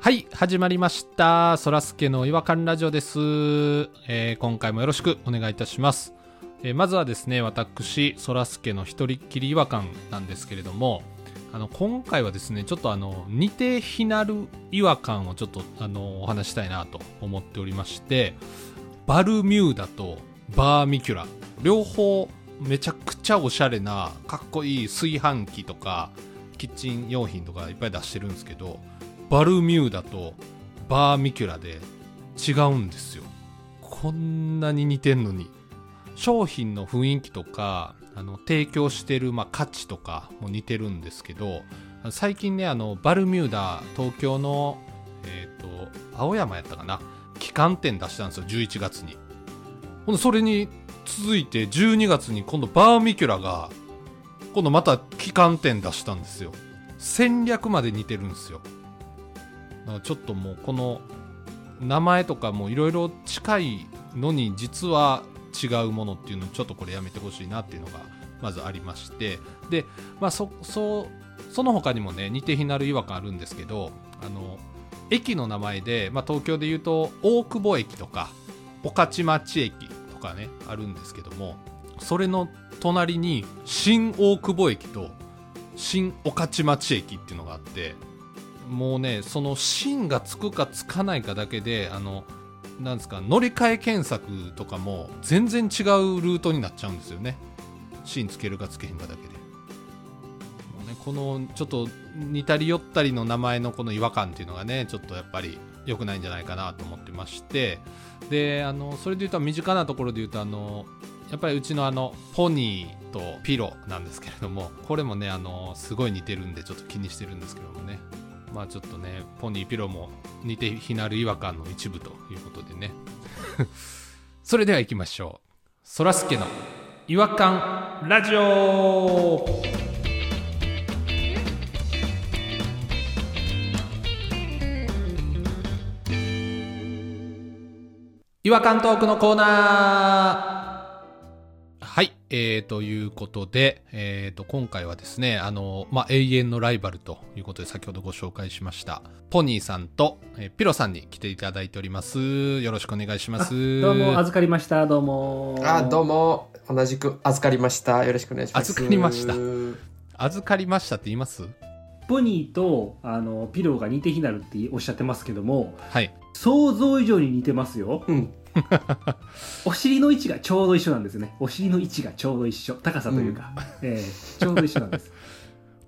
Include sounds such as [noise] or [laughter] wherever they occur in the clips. はい、始まりました。そらすけの違和感ラジオです、えー今回もよろしくお願いいたします。えーまずはですね、私、そらすけの一人っきり違和感なんですけれども、あの、今回はですね、ちょっとあの、似て非なる違和感をちょっと、あの、お話したいなと思っておりまして、バルミューダとバーミキュラ両方めちゃくちゃおしゃれなかっこいい炊飯器とかキッチン用品とかいっぱい出してるんですけどバルミューダとバーミキュラで違うんですよこんなに似てんのに商品の雰囲気とかあの提供してる、まあ、価値とかも似てるんですけど最近ねあのバルミューダ東京のえっ、と青山やったかな旗艦店出したんですよ11月にほんでそれに続いて12月に今度バーミキュラが今度また旗艦店出したんですよ戦略まで似てるんですよだからちょっともうこの名前とかもいろいろ近いのに実は違うものっていうのをちょっとこれやめてほしいなっていうのがまずありましてでまあそそうその他にもね似て非なる違和感あるんですけどあの駅の名前で、まあ、東京で言うと大久保駅とか御徒町駅とかねあるんですけどもそれの隣に新大久保駅と新御徒町駅っていうのがあってもうねその新がつくかつかないかだけであのなんですか乗り換え検索とかも全然違うルートになっちゃうんですよね新つけるかつけへんかだけでもうねこのちょっと似たり寄ったりの名前のこの違和感っていうのがねちょっとやっぱり良くないんじゃないかなと思ってましてであのそれで言うと身近なところで言うとあのやっぱりうちのあのポニーとピロなんですけれどもこれもねあのすごい似てるんでちょっと気にしてるんですけどもねまあちょっとねポニーピロも似て非なる違和感の一部ということでねそれでは行きましょうそらすけの違和感ラジオ違和感トークのコーナーはい、えー、ということで、えー、と今回はですねあの、まあ、永遠のライバルということで先ほどご紹介しましたポニーさんと、えーピロさんに来ていただいておりますよろしくお願いしますどうも、預かりました。どうも。あ、どうも。同じく預かりました。よろしくお願いします。預かりましたは預かりましたって言いますポニーと、あの、ピローが似て非なるっておっしゃってますけども、はい想像以上に似てますよ。うんお尻の位置がちょうど一緒なんですね。お尻の位置がちょうど一緒。高さというか、ええちょうど一緒なんです。 [laughs]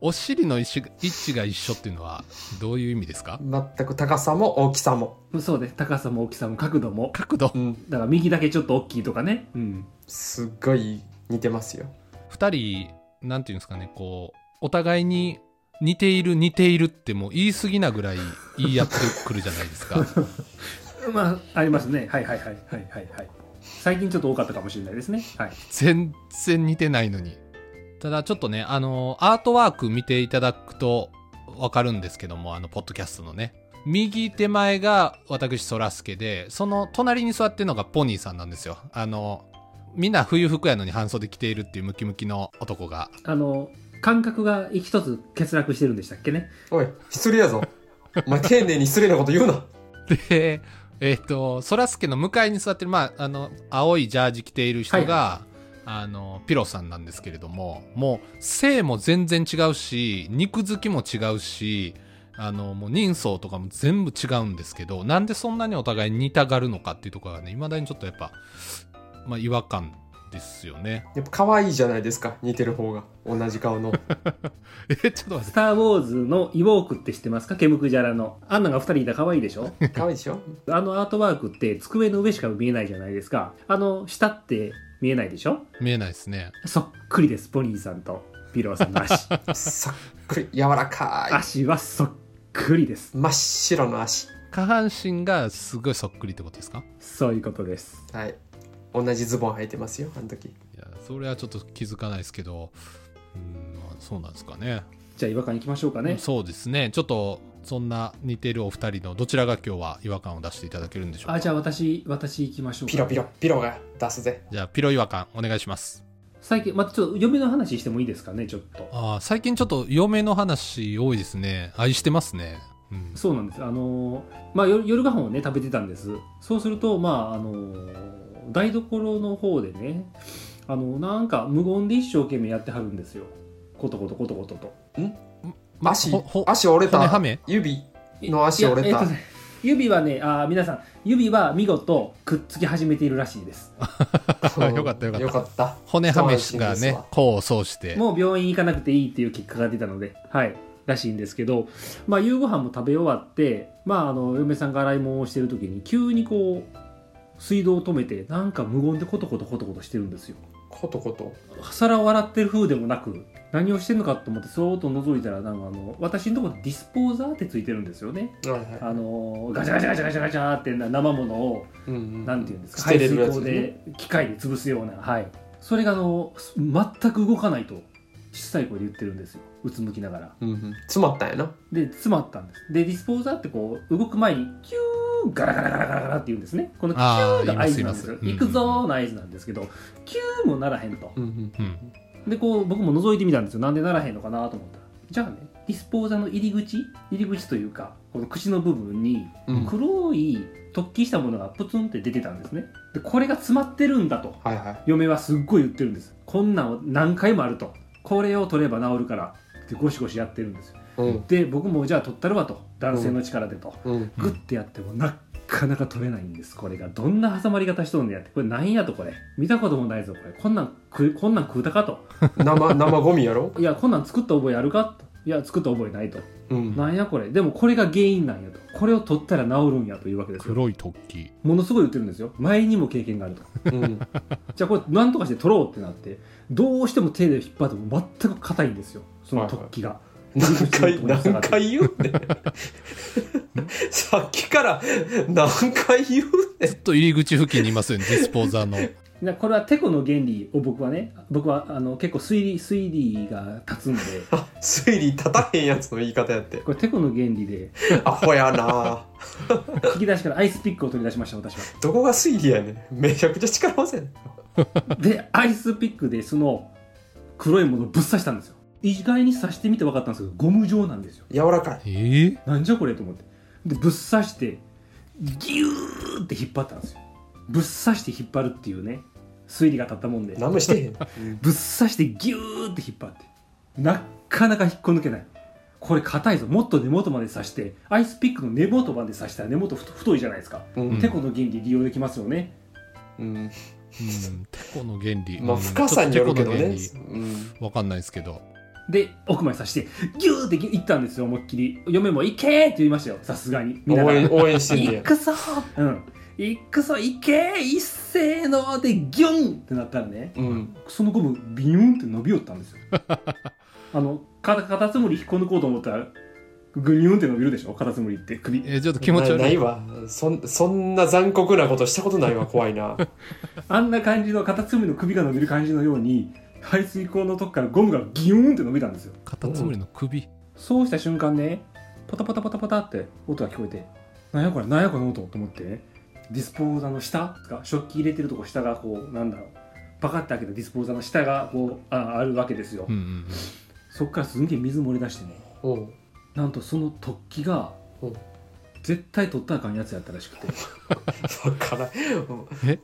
お尻の位置位置が一緒っていうのはどういう意味ですか全く高さも大きさも。そうね、高さも大きさも角度も。角度うん。だから右だけちょっと大きいとかね。うん。すっごい似てますよ。 2人なんていうんですかねこうお互いに似ている似ているってもう言い過ぎなぐらい言い合ってくるじゃないですかまあ、ありますね。はいはいはいはいはいはい。最近ちょっと多かったかもしれないですね。はい。全然似てないのにただちょっとねあのアートワーク見ていただくとわかるんですけどもあのポッドキャストのね右手前が私そらすけでその隣に座ってるのがポニーさんなんですよあのみんな冬服やのに半袖着ているっていうムキムキの男があの、感覚が一つ欠落してるんでしたっけね。おい、失礼やぞ。 [laughs] お前丁寧に失礼なこと言うな。で、えっ、と、そらすけの向かいに座ってる、まあ、あの、青いジャージ着ている人が、あの、ピロさんなんですけれども、もう、性も全然違うし、肉付きも違うし、あの、もう人相とかも全部違うんですけど、なんでそんなにお互い似たがるのかっていうところがね、未だにちょっとやっぱ、まあ、違和感ですよね。 [laughs] やっぱ可愛いじゃないですか。似てる方が。同じ顔の。え、ちょっと待スター・ウォーズのイウォークって知ってますかケムクジャラの。あんなが二人いたら可愛いでしょ可愛いでしょあのアートワークって机の上しか見えないじゃないですか。あの、下って見えないでしょって、見えないですね。そっくりです、ポニーさんとピローさんの足。さっくり。柔らか足はそっくりです。い。真っ白の足。下半身がすごいそっくりってことですかそういうことです。はい。同じズボン履いてますよ、あの時。いや、それはちょっと気づかないですけど、うん、まあそうなんですかね。じゃあ違和感いきましょうかね。そうですねちょっとそんな似てるお二人のどちらが今日は違和感を出していただけるんでしょうかあ、じゃあ私、私行きましょうか。ピロピロ、ピロが出すぜ。じゃあピロ違和感お願いします最近、またちょっと嫁の話してもいいですかね、ちょっと。あー最近ちょっと嫁の話多いですね愛してますねうんそうなんですあのーまあよ夜ご飯をね食べてたんですそうするとまああのー台所の方でねあのなんか無言で一生懸命やってはるんですよコトコトコトコトとま足ほほ足折れ骨たはめ [laughs] 指の足折れいやたえっとね指はねあー皆さん指は見事くっつき始めているらしいですうんよかったよかったよかった骨はめしがそうですねわ功を奏してもう病院行かなくていいっていう結果が出たので、はい、らしいんですけど、まあ、夕ご飯も食べ終わって、まあ、あの嫁さんが洗い物をしてる時に急にこう水道を止めてなんか無言でコトコトコトコトしてるんですよことこと皿を洗ってる風でもなく何をしてるのかと思ってそーっと覗いたらなんかあの私のところディスポーザーってついてるんですよねはいはいあのガチャガチャガチャガチャガチャってな生ものをうんうんなんていうんですか捨排てれ水るや口つねで機械で潰すような、はい、それがあのす全く動かないと小さい声で言ってるんですようつむきながらうんうん詰まったんやなで詰まったんですでディスポーザーってこう動く前にキューガラガラガラガラガラって言うんですねこのキあーューが合図なんですよ言います言行いますくぞーの合図なんですけどキューもならへんとうんうんうんでこう僕も覗いてみたんですよなんでならへんのかなと思ったらじゃあねディスポーザーの入り口入り口というかこの口の部分にうん黒い突起したものがプツンって出てたんですねでこれが詰まってるんだとはいはい嫁はすっごい言ってるんですこんなんを何回もあるとこれを取れば治るからってゴシゴシやってるんですようんで僕もじゃあ取ったるわと男性の力でと、うんうんグッてやってもなかなか取れないんですこれがどんな挟まり方しとんねやってこれなんやとこれ見たこともないぞこれこんなん食うこんなん食うたかと生生ゴミやろいやこんなん作った覚えあるかといや作った覚えないとうんなんやこれでもこれが原因なんやとこれを取ったら治るんやというわけですよ黒い突起ものすごい言ってるんですよ前にも経験があるとうんじゃあこれ何とかして取ろうってなってどうしても手で引っ張っても全く硬いんですよその突起が、何回何回言うてさっきから何回言うてずっと入り口付近にいますよねディスポー [laughs] ザーのなこれはテコの原理を僕はね僕はあの結構推理推理が立つんであ推理立たへんやつの言い方やってこれテコの原理でアホやな引き出しからアイスピックを取り出しました私はどこが推理やねんめちゃくちゃ力ませんでアイスピックでその黒いものをぶっ刺したんですよ意外に刺してみて分かったんですけどゴム状なんですよ柔らかいえー、なんじゃこれと思ってでぶっ刺してギューって引っ張ったんですよぶっ刺して引っ張るっていうね推理が立ったもんで何もしてへんぶっ刺してギューって引っ張ってなかなか引っこ抜けないこれ硬いぞもっと根元まで刺してアイスピックの根元まで刺したら根元太太いじゃないですか、うんテコの原理利用できますよねうんうん、テコの原理まあうん深さによるけちどょっねとテコのうん原理わかんないですけどで奥まで刺してギューっていったんですよ思いっきり嫁も「いけ!」って言いましたよさすがに見な応がら援応援してんねいやくぞうんいくぞいけいっせーのでギュンってなったらねうんそのゴムビュンって伸びよったん [laughs] ですよあのかカタツムリ引っこ抜こうと思ったらグニュンって伸びるでしょカタツムリって首えーちょっと気持ちな悪ないいわそんそんな残酷なことしたことな [laughs] いわ怖いなあんな感じのカタツムリの首が伸びる感じのように排水口のとこからゴムがギュンって伸びたんですよカタツムリの首そうした瞬間ねパタパタパタパタって音が聞こえてなんやこれなんやこの音と思ってねディスポーザーの下ですか食器入れてるとこ下がこうなんだろうパカッて開けたディスポーザーの下がこうああるわけですよ、うんうんそっからすんげえ水漏れ出してねうんなんとその突起がうん絶対取ったらあかんやつやったらしくてわからんうんえ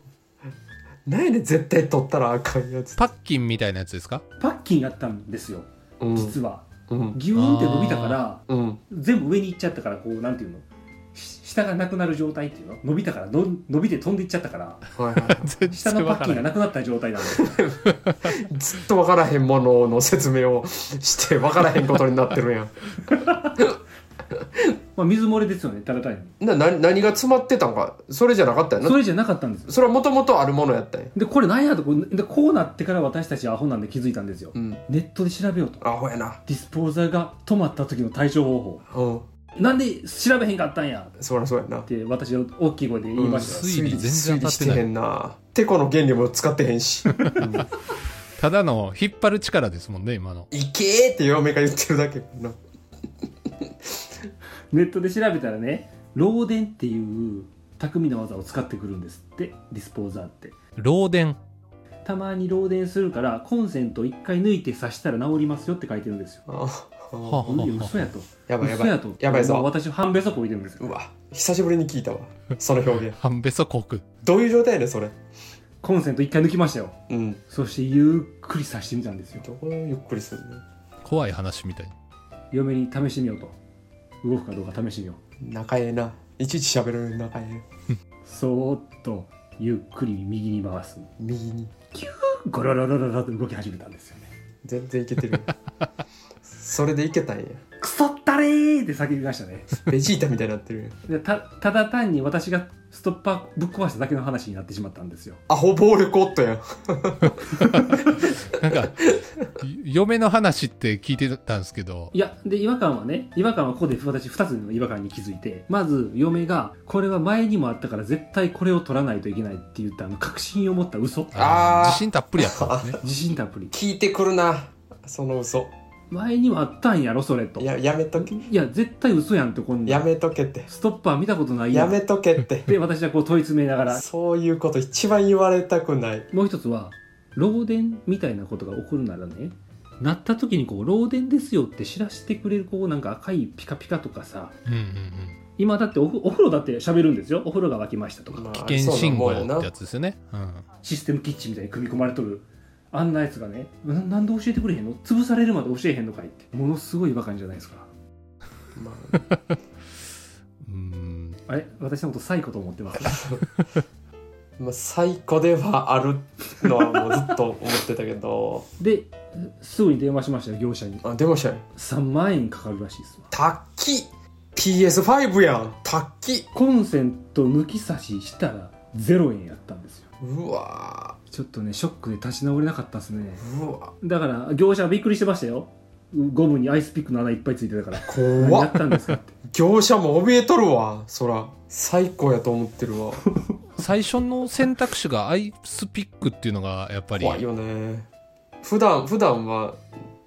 なんやねん絶対取ったらあかんやつパッキンみたいなやつですかパッキンやったんですようん実は、うんギューンって伸びたからうん全部上に行っちゃったからこうなんていうのし下がなくなる状態っていうの伸びたからの伸びて飛んでいっちゃったからはいはい全下の然パわッかキンらがないなくなった状態なんですよ [laughs] ずっと分からへんものの説明をして分からへんことになってるやん。 [laughs] [laughs] まあ水漏れですよねただ単になな何が詰まってたんかそれじゃなかったんやそな。れじゃなかったんですよそれはもともとあるものやったんや。でこれなんやとこうでこうなってから私たちアホなんで気づいたんですようん。ネットで調べようとアホやな。ディスポーザーが止まった時の対処方法うん。なんで調べへんかったんやそりゃそうやなっ。て私は大きい声で言いましたよ、推理全然当たって推理しないてへんな。てこの原理も使ってへんし。うんただの引っ張る力ですもんね今のいけーって嫁が言ってるだけやな。ネットで調べたらね漏電っていう巧みな技を使ってくるんですってディスポーザーって漏電たまに漏電するからコンセント1回抜いて挿したら治りますよって書いてるんですよあはあはあいや嘘やとやばいや嘘ばいやとやばいぞもう私半べそこいてるんですようわ久しぶりに聞いたわその表現半べそコークどういう状態やねんそれコンセント一回抜きましたようんそしてゆっくり刺してみたんですよどこゆっくりするの怖い話みたい嫁に試してみようと動くかどうか試してみよう仲ええないちいち喋る仲ええそーっとゆっくり右に回す右にゴロロロロロと動き始めたんですよね全然いけてる [laughs] それでいけたんやクソったれーって叫びましたねベジータみたいになってるでやんたただ単に私がストッパーぶっ壊しただけの話になってしまったんですよアホ暴力夫やんななんか嫁の話って聞いてたんですけどいやで違和感はね違和感はここで私2つの違和感に気づいてまず嫁がこれは前にもあったから絶対これを取らないといけないって言ったあの確信を持った嘘あーあー自信たっぷりやったん [laughs] ですね自信たっぷり聞いてくるなその嘘前にもあったんやろそれとややめとけいや絶対嘘やんとこんやなめとけってストッパー見たことないややんめと [laughs] けってで私はこう問い詰めながらそういうこと一番言われたくないもう一つは漏電みたいなことが起こるならねなった時にこう漏電ですよって知らせてくれるこうなんか赤いピカピカとかさうんうん今だっておお風呂だって喋るんですよお風呂が沸きましたとかまあうん危険信号そうなっもんてややつですよね、うん、システムキッチンみたいに組み込まれとるあんなやつがねななんで教えてくれへんの潰されるまで教えへんのかいってものすごいバカじゃないですかなまうんあれ私のことサイコと思ってますあまあ最高ではあるのはもうずっと思ってたけど [laughs] ですぐに電話しましたよ業者にあでもしゃ3万円かかるらしいですわタッキ PS5 やんタッキコンセント抜き差ししたら0円やったんですようわちょっとねショックで立ち直れなかったですねーうわだから業者はびっくりしてましたよゴムにアイスピックの穴いっぱいついてたから何怖やっったんですかって業者も怯えとるわそら最高やと思ってるわ最初の選択肢がアイスピックっていうのがやっぱり怖いよね普段普段は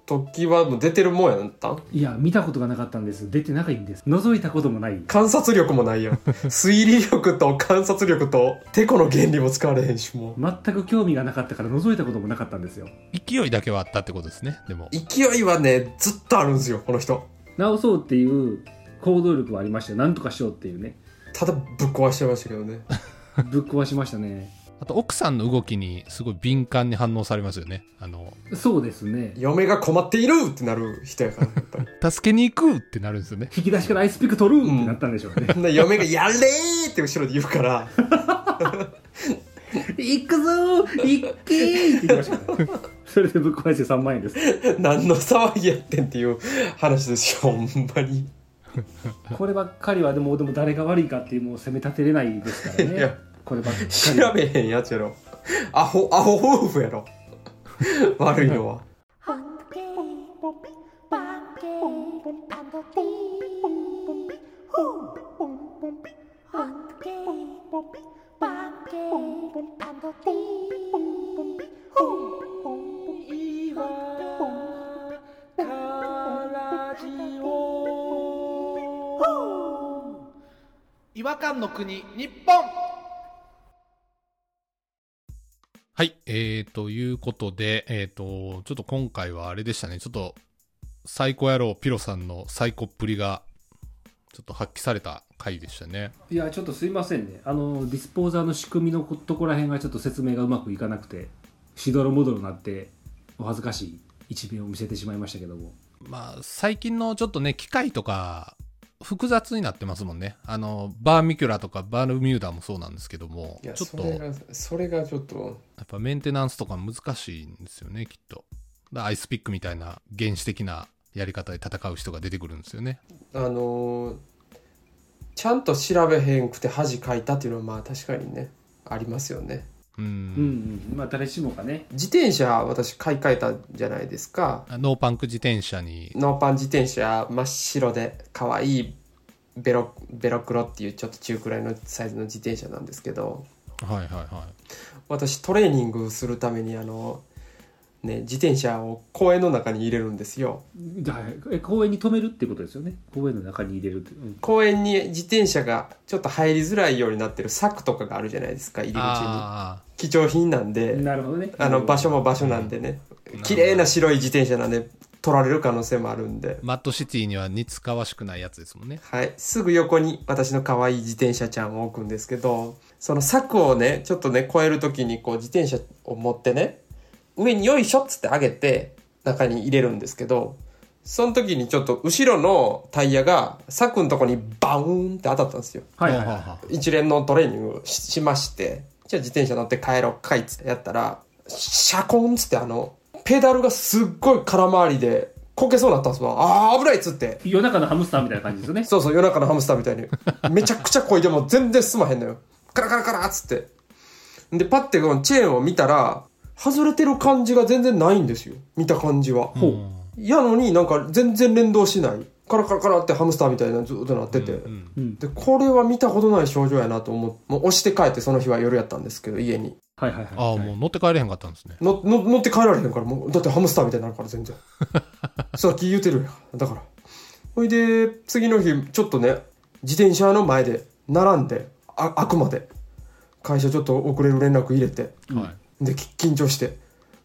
突起はもう出てるもんやったん [laughs] いや見たことがなかったんです出てないんです覗いたこともない観察力もないやん推理力と観察力とてこの原理も使われへんしもう全く興味がなかったから覗いたこともなかったんですよ勢いだけはあったってことですねでも勢いはねずっとあるんですよこの人直そうっていう行動力はありましたよなんとかしようっていうねただぶっ壊しちゃいましたけどね [laughs] ぶっ壊しましたねあと奥さんの動きにすごい敏感に反応されますよねあのそうですね嫁が困っているってなる人やからやっぱり助けに行くってなるんですよね引き出しからアイスピック取るってなったんでしょうね、ほんで嫁が「やれー!」って後ろで言う [laughs] から行くぞー行けーって言いましたからね [laughs] それでぶっ壊して3万円です何の騒ぎやってんっていう話ですよほんまにこればっかりはでもでも誰が悪いかっていうもう責め立てれないですからいねやこればっかり調はべへんやつやろアホアホ夫婦やろ悪いのは Hunky, 違和感の国日本はい、えー、ということで、えー、と、ちょっと今回はあれでしたね、ちょっと、サイコ野郎ピロさんのサイコっぷりが、ちょっと発揮された回でしたね。いやちょっとすいませんねあのディスポーザーの仕組みのことこら辺がちょっと説明がうまくいかなくてしどろもどろになってお恥ずかしい一面を見せてしまいましたけどもまあ、最近のちょっとね、機械とか、複雑になってますもんね。あの、バーミキュラとかバルミューダもそうなんですけども、ちょいやっそと、れやがそれがちょっとっぱメンテナンスとか難しいんですよね、きっと。だからアイスピックみたいな原始的なやり方で戦う人が出てくるんですよね。あのーちゃんと調べへんくて恥かいたっていうのはまあ確かにねありますよねうん。うんうんまあ誰しもがね自転車私買い替えたじゃないですかあノーパンク自転車に、ノーパン自転車真っ白で可愛いベロベロ黒っていうちょっと中くらいのサイズの自転車なんですけどはいはいはい。私トレーニングするためにあのね自転車を公園の中に入れるんですよだえ公園に止めるってことですよね公園の中に入れるって、うん公園に自転車がちょっと入りづらいようになってる柵とかがあるじゃないですか入り口にあ貴重品なんでなるほどねあの場所も場所なんでね、うん綺麗な白い自転車なんで取られる可能性もあるんで、マッドシティには似つかわしくないやつですもんね。はい、すぐ横に私の可愛い自転車ちゃんを置くんですけどその柵をねちょっとね越える時にこう自転車を持ってね上に「よいしょ」っつって上げて中に入れるんですけどその時にちょっと後ろのタイヤが柵のとこにバウーンって当たったんですよ。はいはい、ははは一連のトレーニングをししましてじゃあ自転車乗って帰ろうかいっつってやったらシャコンっつってあのペダルがすっごい空回りでこけそうになったんですわあー危ないっつってい。夜中のハムスターみたいな感じですよね。そうそう、夜中のハムスターみたいに。めちゃくちゃこいでも全然進まへんのよ。カラカラカラっつって。で、パッてこのチェーンを見たら、外れてる感じが全然ないんですよ。見た感じは。うほうんやのになんか全然連動しない。カラカラカラってハムスターみたいなずっとなってて。うんうんうん。で、これは見たことない症状やなと思って、もう押して帰ってその日は夜やったんですけど、家に。はいはいはい。ああ、もう乗って帰れへんかったんですね。のの乗って帰られへんからもうだってハムスターみたいになるから全 [laughs] 然さっき言うてるやんだからほいで次の日ちょっとね自転車の前で並んでああくまで会社ちょっと遅れる連絡入れてうんはい。でき緊張して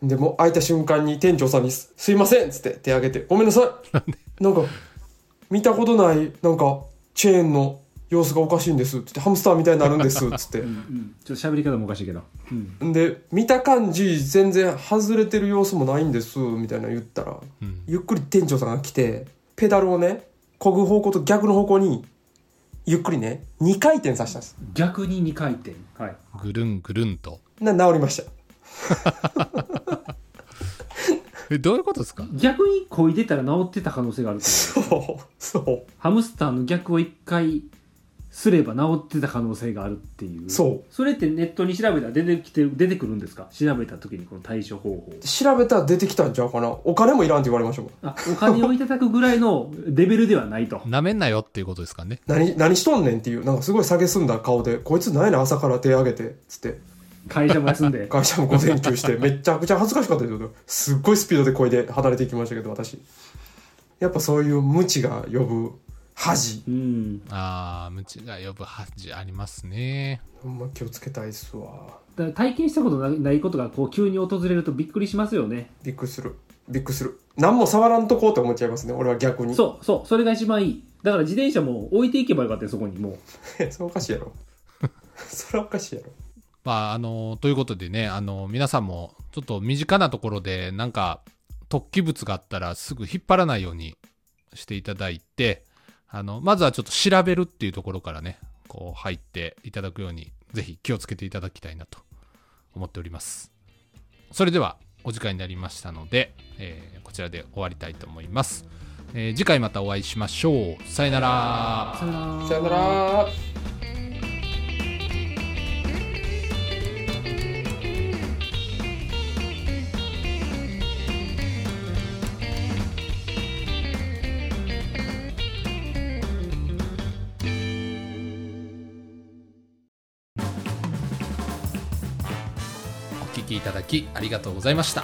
でもう開いた瞬間に店長さんにす「すいません」っつって手挙げて「ごめんなさい」なんか見たことないなんかチェーンの様子がおかしいんですっつってハムスターみたいになるんですっつってうんうん。ちょっと喋り方もおかしいけど。うん。で見た感じ全然外れてる様子もないんですみたいなの言ったらうんゆっくり店長さんが来てペダルをねこぐ方向と逆の方向にゆっくりね2回転させたんです逆に2回転。はい。ぐるんぐるんと。な治りました [laughs] え、どういうことですか逆にこいでたら治ってた可能性がある。そうそハムスターの逆を1回すれば治ってた可能性があるっていう。うそうそれってネットに調べたら出てきて出てくるんですか調べた時にこの対処方法調べたら出てきたんちゃうかなお金もいらんって言われましたもんあお金をいただくぐらいのレベルではないとなめんなよっていうことですかね。何何しとんねんっていうなんかすごい下げすんだ顔でこいつ何やねん朝から手上げてつって会社も休ん [laughs] で会社も午前休してめっちゃくちゃ恥ずかしかったですよすっごいスピードで声で離れていきましたけど私やっぱそういう無知が呼ぶ恥うんああ、無知が呼ぶ恥ありますね。ほんま気をつけたいっすわだから体験したことなないことがこう急に訪れるとびっくりしますよねびっくりするびっくりする何も触らんとこうって思っちゃいますね俺は逆にそうそうそれが一番いいだから自転車も置いていけばよかったよそこにもう [laughs] それおかしい [laughs] やろそれはおかしいやろまあ、あの、ということでね、あの、皆さんも、ちょっと身近なところで、なんか、突起物があったらすぐ引っ張らないようにしていただいて、あの、まずはちょっと調べるっていうところからね、こう入っていただくように、ぜひ気をつけていただきたいなと思っております。それでは、お時間になりましたので、えーこちらで終わりたいと思います。えー次回またお会いしましょう。さよなら。さよなら嗯さよならお聞きいただきありがとうございました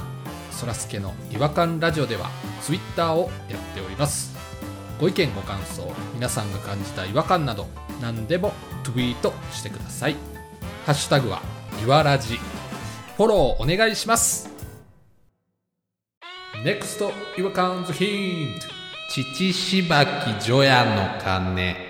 そらすけの違和感ラジオではツイッターをやっておりますご意見ご感想皆さんが感じた違和感など何でもツイートしてくださいハッシュタグはいわらじフォローお願いします NEXT 違和感ズヒント乳しばき除夜の鐘